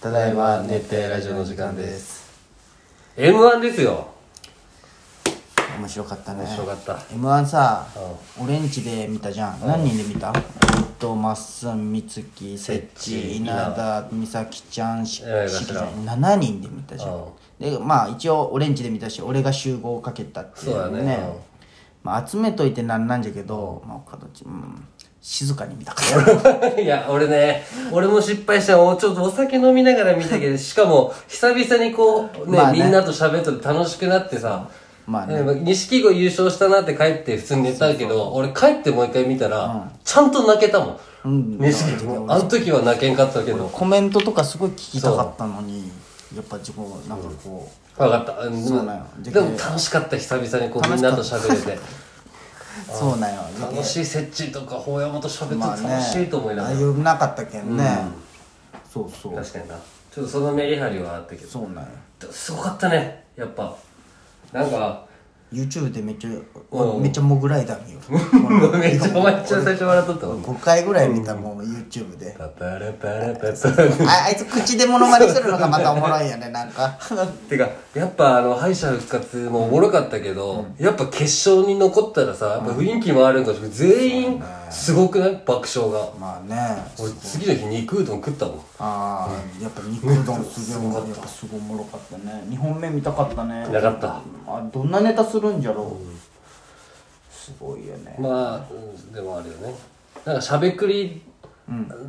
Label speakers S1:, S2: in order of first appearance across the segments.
S1: ただいま熱帯ラジオの時間です
S2: M1 ですよ。
S3: 面白かったね
S2: 面白かった。
S3: m 1さ、俺んちで見たじゃん、何人で見たえっとまっすんみつきせっち稲田美咲ちゃんし
S2: ええ
S3: しきちゃん7人で見たじゃんでまあ一応俺んちで見たし俺が集合をかけたっていう
S2: そうだねうん
S3: まあ、集めといてなんなんじゃけど、まあ、岡田ちうん、静かに見たから
S2: いや、俺ね、俺も失敗した。おちょっとお酒飲みながら見たけど、しかも、久々にこう、ね、
S3: まあね
S2: みんなと喋っとって楽しくなってさ、
S3: まあね
S2: ねまあ錦鯉優勝したなって帰って普通に寝たけど、俺帰ってもう一回見たら、ちゃんと泣けたもん。錦鯉も。あの時は泣けんかったけど。
S3: コメントとかすごい聞きたかったのにやっぱ自分なんかこ
S2: わかった。うん
S3: そうなんよ
S2: でも楽しかった、久々にこう、みんなと喋れて。
S3: う、そうなんよ
S2: 楽しい、設置とか、法山と喋ってて楽しいと思いながら。
S3: よなかったけんね、そうそう
S2: 確かにな。ちょっとそのメリハリはあったけど。
S3: そうなんよ
S2: すごかったねやっぱなんか
S3: YouTube でめっちゃ
S2: うん
S3: めっちゃモグライダ ー見よ
S2: めっちゃお前一番最初笑っとったわ
S3: 5回ぐらい見たもん YouTube で
S2: パパラパラパパ
S3: ああいつ口でモノマネするのがまたおもろいよねなん か
S2: てかやっぱあの敗者復活もおもろかったけど、やっぱ決勝に残ったらさやっぱ雰囲気もあるんかもしれない全員すごくない爆笑が
S3: まあね
S2: 俺次の日肉うどん食ったもん
S3: ああやっぱ肉うどんすげえやっぱすごいおもろかったね2本目見たかったね
S2: なかった
S3: あどんなネタするんじゃろうすごいよね
S2: まあ、うんでもあるよねなんかしゃべくり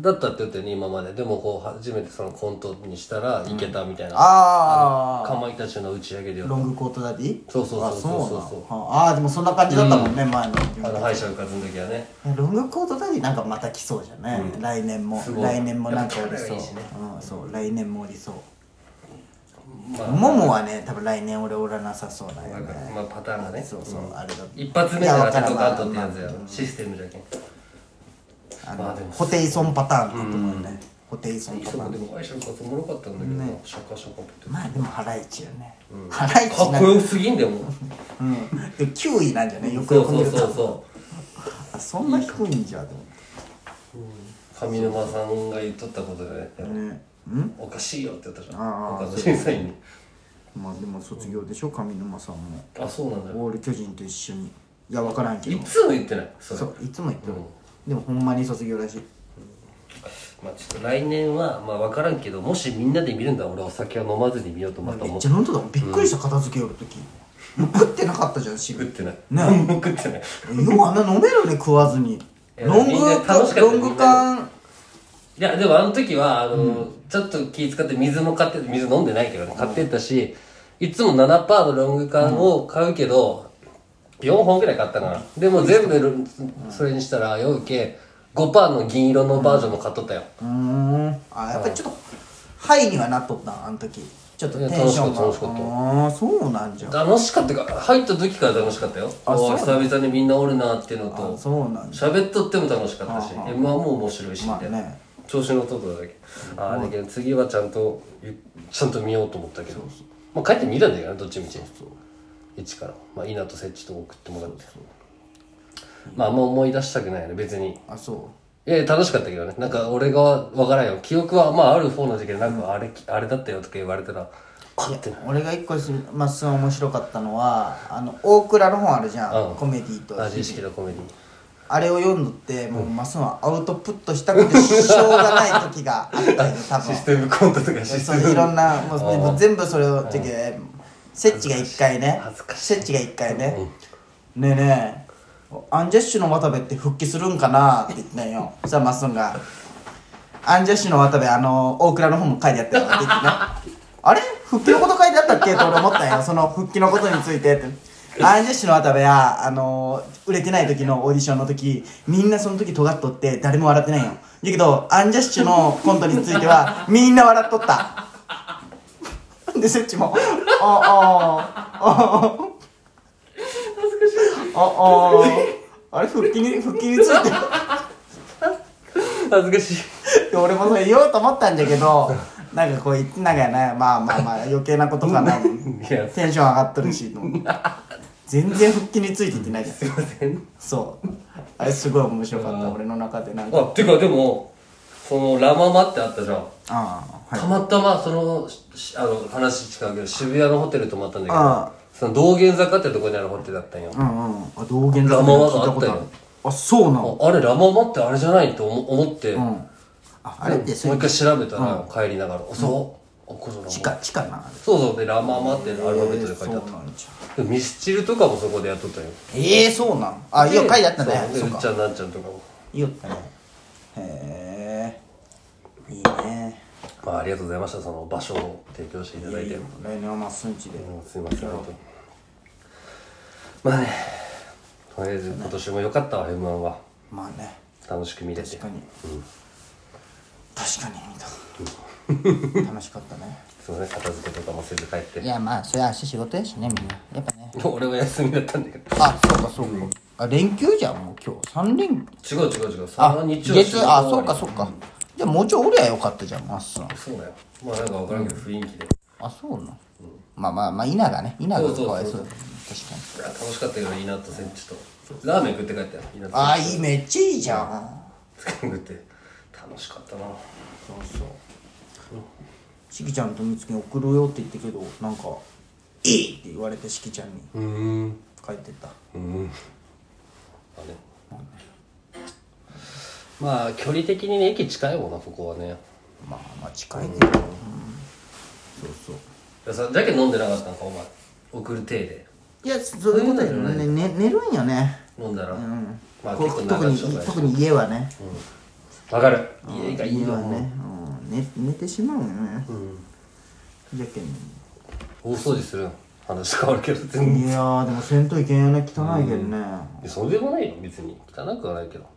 S2: だったって言ったよね今まででもこう初めてそのコントにしたらいけたみたいな、
S3: あ
S2: かまいたちの打ち上げで
S3: あ
S2: やっ
S3: ロ
S2: た
S3: ングコートダディ
S2: そうそうそうそうそう
S3: あそうなんああでもそんな感じだったもんね前の
S2: あの敗者復活の時はね
S3: ロングコートダディなんかまた来そうじゃね、来年も
S2: すごい
S3: 来年もなんかおり
S2: やっ
S3: そ
S2: ぱ
S3: う
S2: キャラがいいし
S3: うん、そう来年もおりそう
S2: まあ
S3: ももはね多分来年俺おらなさそうだよ
S2: なんか
S3: ね
S2: まあパターンがね
S3: そうそう、あれだって
S2: 一発目ならテトカートって
S3: いや
S2: や
S3: わ
S2: つ
S3: か
S2: や
S3: る
S2: ろシステムじゃけん
S3: あ
S2: まあ
S3: の
S2: でも
S3: ホテイソンパターンだと思うよね、ホテイソンパタ
S2: そ
S3: ー
S2: こ
S3: ン
S2: でも敗者復活おもろかったんだけどなシャカシャカって
S3: まあでもハライチよね、ハライチ
S2: かっ
S3: な
S2: こ
S3: ん
S2: よすぎんでも
S3: うんでも9位なんじゃねよく
S2: そ
S3: よ
S2: う
S3: く
S2: そ
S3: 見
S2: う
S3: ると
S2: そうそ
S3: あそんな低いんじゃと思
S2: う上沼さんが言っとったことで
S3: って
S2: ね
S3: ねうん
S2: おかしいよって言ったじゃん
S3: ああ
S2: 他の審査員に
S3: まあでも卒業でしょ上沼さんも
S2: あそうなんだよ
S3: オール巨人と一緒にいや分からんけど
S2: いつも言ってないそれ
S3: そういつも言ってる、
S2: うん
S3: でもほんまに卒業らしい
S2: まあちょっと来年はまあ分からんけどもしみんなで見るんだら俺はお酒は飲まずに見ようとま
S3: め
S2: た思
S3: っ
S2: っ
S3: ち
S2: て
S3: ゃ飲んだもんびっくりした片付けよる時、もう食ってなかったじゃん汁
S2: 食ってない
S3: ね
S2: 何も食ってない
S3: ようあんな飲めるね食わずに
S2: や
S3: ロン
S2: みんな
S3: グ
S2: 楽しかったよ
S3: ロング缶
S2: いや、でもあの時は、あの、ちょっと気使って水も買って、水飲んでないけどね、買ってったし、いつも7%のロング缶を買うけど、4本ぐらい買ったから。でも全部、それにしたら、ようけ、5%の銀色のバージョンも買っとったよ。
S3: うーんあやっぱりちょっとハイにはなっとったんあの時ちょっとテンションが
S2: いや楽しかった楽しか
S3: ああそうなんじゃ
S2: 楽しかったか、入った時から楽しかったよ。
S3: あ
S2: おー
S3: そうな
S2: 久々にみんなおるなっていうの
S3: あ
S2: と、
S3: そうなんじゃ
S2: 喋っとっても楽しかったし、
S3: ああ
S2: M1 も面白いし、み
S3: まあ
S2: たいな。
S3: ね
S2: 調子のとっただけ。ああ、だけど次はちゃんと、ゆちゃんと見ようと思ったけど。まあ帰って見たんだけどね、どっちみち。一から。まあ、稲と設置と送ってもらって。まあ、あんま思い出したくないよね、別に。
S3: あそ
S2: え楽しかったけどね。なんか俺がわからんよ。記憶は、まあある方なんだけど、なんかあれ、あれだったよとか言われたら、あってな
S3: う俺が一個すまっすぐ面白かったのはあの大倉の本あるじゃん、
S2: うん
S3: コメディと
S2: い。味意識のコメディ。
S3: あれを読んどってもうマスンはアウトプットしたくてしょうがない時があったよね多 分
S2: システムコントとかシス
S3: そ
S2: テム
S3: れいろんなもう
S2: あー
S3: でも全部それをてけセッチが一回ね
S2: 恥ずかしい
S3: セッチが一回ねねえねえアンジャッシュの渡部って復帰するんかなって言ってん よそしたらマッスンが「アンジャッシュの渡部あの大倉の本も書いてあったよ」って言ってね 「あれ復帰のこと書いてあったっけ?」と俺思ったんよその復帰のことについてって。 アンジャッシュの渡部はあの売れてない時のオーディションの時みんなその時尖っとって誰も笑ってないよだけどアンジャッシュのコントについてはみんな笑っとったで、セッチも、あ、あ、あ、あ、あ、あ、あれ、腹筋に、腹筋につい
S2: 恥ずかしい。
S3: て、で俺もそれ言おうと思ったんだけど、なんかこう言ってなんかね、まあまあまあ、余計なことかな。テン
S2: いや、す
S3: ション上がっとるし、と思って全然腹筋についていってないじゃん。
S2: いません。
S3: そう。あれ、すごい面白かった、俺の中でなんか。
S2: あ、てかでも、そのラ・ママってあったじゃん
S3: ああはい
S2: たまたまそのしあの話違うけど渋谷のホテル泊まったんだけ
S3: ああ
S2: どその道玄坂ってとこにあるホテルだったんよ
S3: うんうんあ道玄
S2: ラ
S3: 坂
S2: ママ
S3: 聞いたこと
S2: があ
S3: ある
S2: ったよ
S3: あそうなの
S2: ああれラ・ママってあれじゃないと思思って、
S3: うんああれってそ
S2: もう
S3: れ
S2: 一回調べたら帰りながら「あそうあこのラ・
S3: 地下
S2: ママ
S3: 地下な
S2: そうそうでラ・ママってアルファベットで書いてあっ
S3: えーそうなんじ
S2: たでミスチルとかもそこでやっとったよ
S3: ゃええそうなんあいいよ書いてあったね
S2: で
S3: そうう
S2: っ
S3: か
S2: ちゃんなんちゃんとかも
S3: いいよったねへえいいね
S2: まあありがとうございましたその場所を提供していただいて
S3: 来年はまっすんちで
S2: うんすいません本当にまあねとりあえず今年も良かったわ m 1は
S3: まあね
S2: 楽しく見れて
S3: 確かに
S2: うん
S3: 確かに見た楽しかったね
S2: すいません片付けとかもせず帰って
S3: いやまあそれは明日仕事やしねみんなやっぱね
S2: 俺は休みだったんだけど
S3: あそうかそうか、あ連休じゃんもう今日3連
S2: 違う違う違うそ
S3: あ
S2: の日曜
S3: 月あそうか
S2: か
S3: そうか、じゃあもうちょいおりゃよかったじゃんまっすん
S2: そうだよまあなんか分からんけど雰囲気で
S3: あそうな、まあまあまあ稲がね稲が
S2: そうそうそう
S3: かわいそうだね確かに
S2: いや楽しかったけどいいなとセンチとラーメン食って帰ったよいいなと
S3: ああいいめっちゃいいじゃん
S2: 食って楽しかったな
S3: そうそうしきちゃんとみつきに送るよって言ったけどなんか「いい!」って言われてしきちゃんに
S2: うん
S3: 帰ってった
S2: うんあれまあ距離的にね駅近いもんなここはね
S3: まあまあ近いけど、うんそうそう
S2: いやさだけど飲んでなかったんかお前送る手で
S3: いやそういうことやろねね寝るんよね
S2: 飲んだら、
S3: うん、
S2: まあ
S3: こ
S2: 結構
S3: 特
S2: 長い
S3: に
S2: 商売
S3: 特に家はね
S2: わかる家がいい
S3: 家
S2: よ
S3: は
S2: もう、
S3: ね、うん、寝寝てしまうよね
S2: うん、
S3: じゃけん
S2: 大掃除するの話変わるけど全然
S3: いやーでもせんといけんよね汚いけどね、
S2: いやそうでもないよ別に汚くはないけど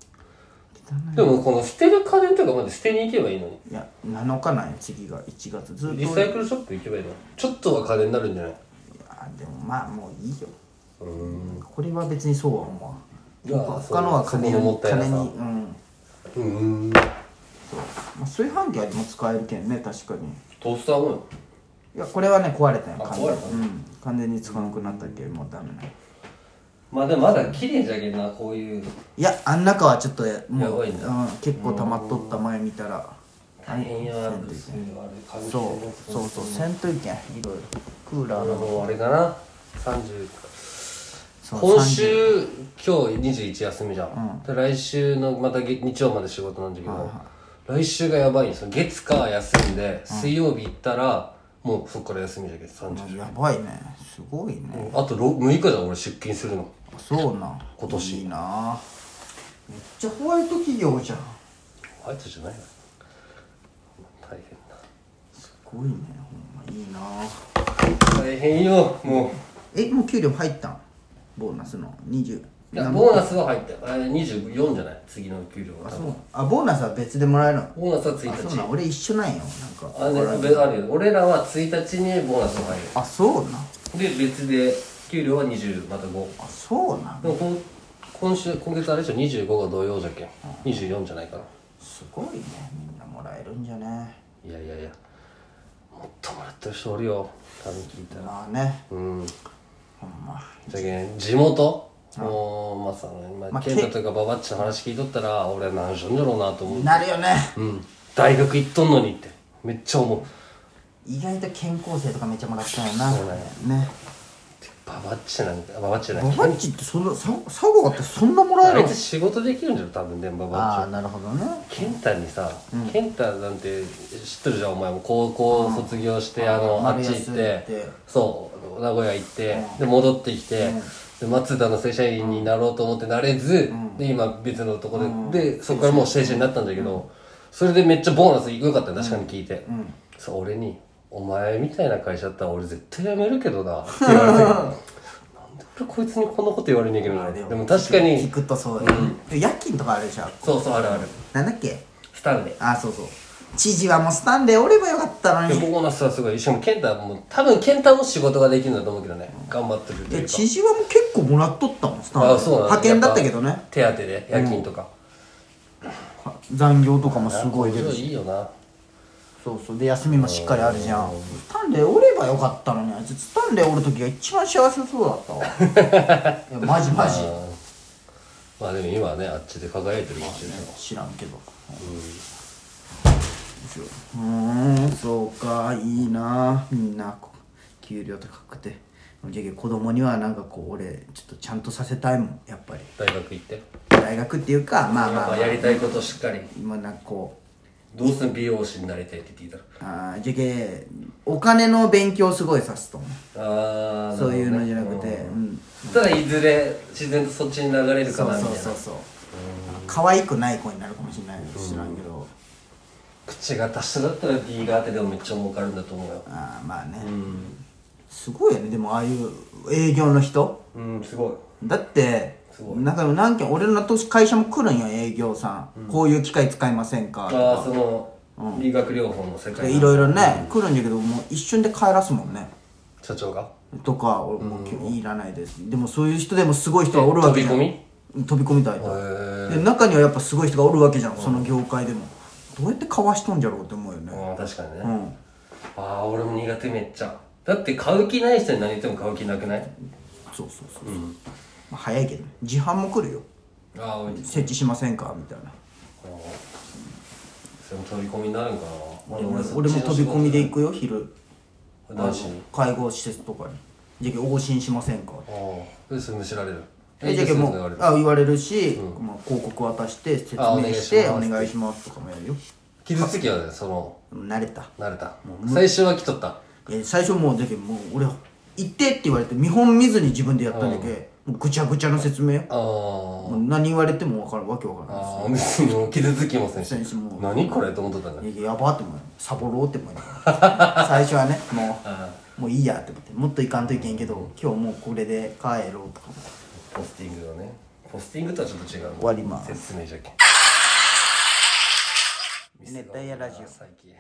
S2: でもこの捨てる家電とかまで捨てに行けばいいのに
S3: いや7日なんよ次が1月ずっと
S2: リサイクルショップ行けばいいのちょっとは家電になるんじゃない
S3: いやでもまあもういいよ
S2: うん
S3: これは別にそうは思わん
S2: いや
S3: 他のは金
S2: そうそこの
S3: に
S2: もったいな
S3: 金
S2: さ
S3: にうん
S2: うん
S3: そう、まあ、炊飯器はでも使えるけんね確かに
S2: トースターもよ
S3: いやこれはね壊れたよ
S2: あ
S3: 完全に
S2: 壊れた
S3: うん完全に使わなくなったけんもうダメね
S2: まあでもまだ綺麗じゃけんなこういう
S3: いやあん中はちょっとも
S2: や
S3: う
S2: ばいんだ
S3: うん、結構溜まっとった前見たら
S2: 大変や
S3: せ
S2: なっ
S3: んといけん
S2: あ
S3: そ
S2: れ
S3: うそうそうせんといけんいろいろクー
S2: あ
S3: ラーの
S2: のあれかな30
S3: そう
S2: 今
S3: 30
S2: 週今日21休みじゃん、で来週のまたげ日曜まで仕事なんだけど、来週がやばいんですよ月火休んで水曜日行ったら、もうそっから休みじゃけど30、
S3: やばいねすごいね
S2: あと 6, 日じゃん俺出勤するの
S3: あそうなん
S2: 今年
S3: いいなめっちゃホワイト企業じゃん
S2: あいつじゃないよ大
S3: すごいねほんまいいな
S2: 変だ大変よも
S3: えもう給料入ったんボーナスの20
S2: ういや
S3: なん
S2: ボーナスは入ったよあれ24じゃない次の給料は
S3: あ
S2: 多
S3: そ
S2: 分
S3: うあボーナスは別でもらえるの
S2: ボーナスは1
S3: あ
S2: 日
S3: そうなん俺一緒なんよなんか
S2: あね別あるよ俺らは1日にボーナスが入
S3: あそうなん
S2: るで別で給料は20また5
S3: あそうなん
S2: でもこん今週今月あれでしょ25が土曜じゃけん24じゃないかな
S3: すごいねみんなもらえるんじゃね
S2: いやいやいやもっともらってる人おるよ多分聞いたら
S3: まあね
S2: うん
S3: ほんま
S2: じゃけん地元もうまあさ、ま
S3: まあ
S2: あ、健太とかババッチの話聞いとったら俺何しとんじゃろうなと思う
S3: なるよね
S2: うん大学行っとんのにってめっちゃ思う
S3: 意外と健康生とかめっちゃもらったよな
S2: そうだよ
S3: ね
S2: ババッチなんかババッチじゃな
S3: バ
S2: い
S3: バッチってそんなさ佐賀ってそんなもらえ
S2: あ
S3: る
S2: い
S3: の
S2: つ仕事できるんじゃろ多分でもババッチ
S3: あ
S2: は
S3: あなるほどね
S2: 健太にさ、健太なんて知ってるじゃんお前も高校卒業して、あのあっ
S3: 丸
S2: ち
S3: 安
S2: 行
S3: 行
S2: って
S3: って
S2: そう名古屋行って、で戻ってきて、で松田の正社員になろうと思ってなれず、で今別のとこで、でそこからもう正社員になったんだけど、それでめっちゃボーナス良かったよ確かに聞いて、そう俺に「お前みたいな会社だったら俺絶対辞めるけどな」って言われてなんで俺こいつにこんなこと言われねえけどなでも確か
S3: 聞
S2: に
S3: くとそうだよ、で夜勤とかあるでしょ
S2: そうそうあるある
S3: なんだっけ
S2: スタンレー
S3: あそうそう知事はもうスタンレーおればよかったの
S2: で
S3: に
S2: ボーナスはすごいしかも健太も多分健太も仕事ができるんだと思うけどね頑張ってるって
S3: い
S2: い
S3: や
S2: うか
S3: 知事はもう結構もらっとったもんスタンレー
S2: あそうなんだ
S3: 派遣だったけどね
S2: 手当てで夜勤とか、
S3: 残業とかもすごい出
S2: そ
S3: る
S2: れ
S3: し
S2: いいよな
S3: そうそうで休みもしっかりあるじゃんスタンレーおればよかったのにあいつスタンレーおる時が一番幸せそうだったわ いやマジマジ
S2: まあでも今はねあっちで輝いてるかもしれない
S3: 知らんけど、ですようーんそうかいいなみんなこう給料高くてじゃけど子供にはなんかこう俺ちょっとちゃんとさせたいもんやっぱり
S2: 大学行って
S3: 大学っていうかまあまあ、
S2: ま
S3: まあ
S2: あ、やりたいことしっかり
S3: 今なんかこう
S2: どうすん美容師になりたいって言ってき
S3: あーじゃけお金の勉強すごいさすと思う
S2: たらああ
S3: そういうのじゃなくてうん
S2: ただいずれ自然とそっちに流れるか
S3: そう
S2: なみた
S3: そ
S2: いうな
S3: そうそう可愛くない子になるかもしれない知らんけど
S2: 口が達者だったら D が当てでもめっちゃ儲かるんだと思うよ
S3: あーまあねすごいよねでもああいう営業の人
S2: うんすごい
S3: だって
S2: すごい
S3: なんか何件俺の年会社も来るんよ営業さん、こういう機械使いませんかと
S2: ああ
S3: か
S2: その理学療法の世
S3: で
S2: 界
S3: いろいろね来るんだけどもう一瞬で帰らすもんね
S2: 社長が
S3: とか俺もう今日いらないですでもそういう人でもすごい人はおるわけじゃん
S2: 飛び込
S3: み飛び込みたい
S2: へ
S3: で中にはやっぱすごい人がおるわけじゃんその業界でもどうやってかわしとんじゃろうって思うよね
S2: うん確かにね、
S3: うん
S2: ああ俺も苦手めっちゃだって買う気ない人に何言っても買う気なくない
S3: そうそうそうそう、まあ、早いけどね自販も来るよ
S2: ああおい
S3: 設置しませんかみたいな
S2: それも飛び込みになるんかな俺
S3: 俺も飛び込みで行くよ昼
S2: 何しに
S3: 介護施設とかにじゃけ往診しませんか
S2: ああでそれむしられる
S3: えじゃけも
S2: 言われ
S3: う
S2: る
S3: あ言われるし、まあ、広告渡して説
S2: あお
S3: 明
S2: 願いします
S3: してお願いしますとかもやるよ
S2: 傷つきはねその
S3: 慣れた
S2: 慣れた最初は来とった
S3: え最初もうだけもう俺行ってって言われて見本見ずに自分でやったんだけもうぐちゃぐちゃの説明よ
S2: ああ
S3: もう何言われても分かるわけ分からない
S2: ああ別にもう傷つきもせんし
S3: せんしもう
S2: 何これと思っとったんだね
S3: いややばって思うサボろうって 思いながら最初はねもうもういいやって思ってもっといかんといけんけど今日もうこれで帰ろうとか思って
S2: ポスティングはねポスティングとはちょっと違う
S3: 終わります
S2: 説明じゃけん
S3: 熱帯夜ラジオ
S2: 最近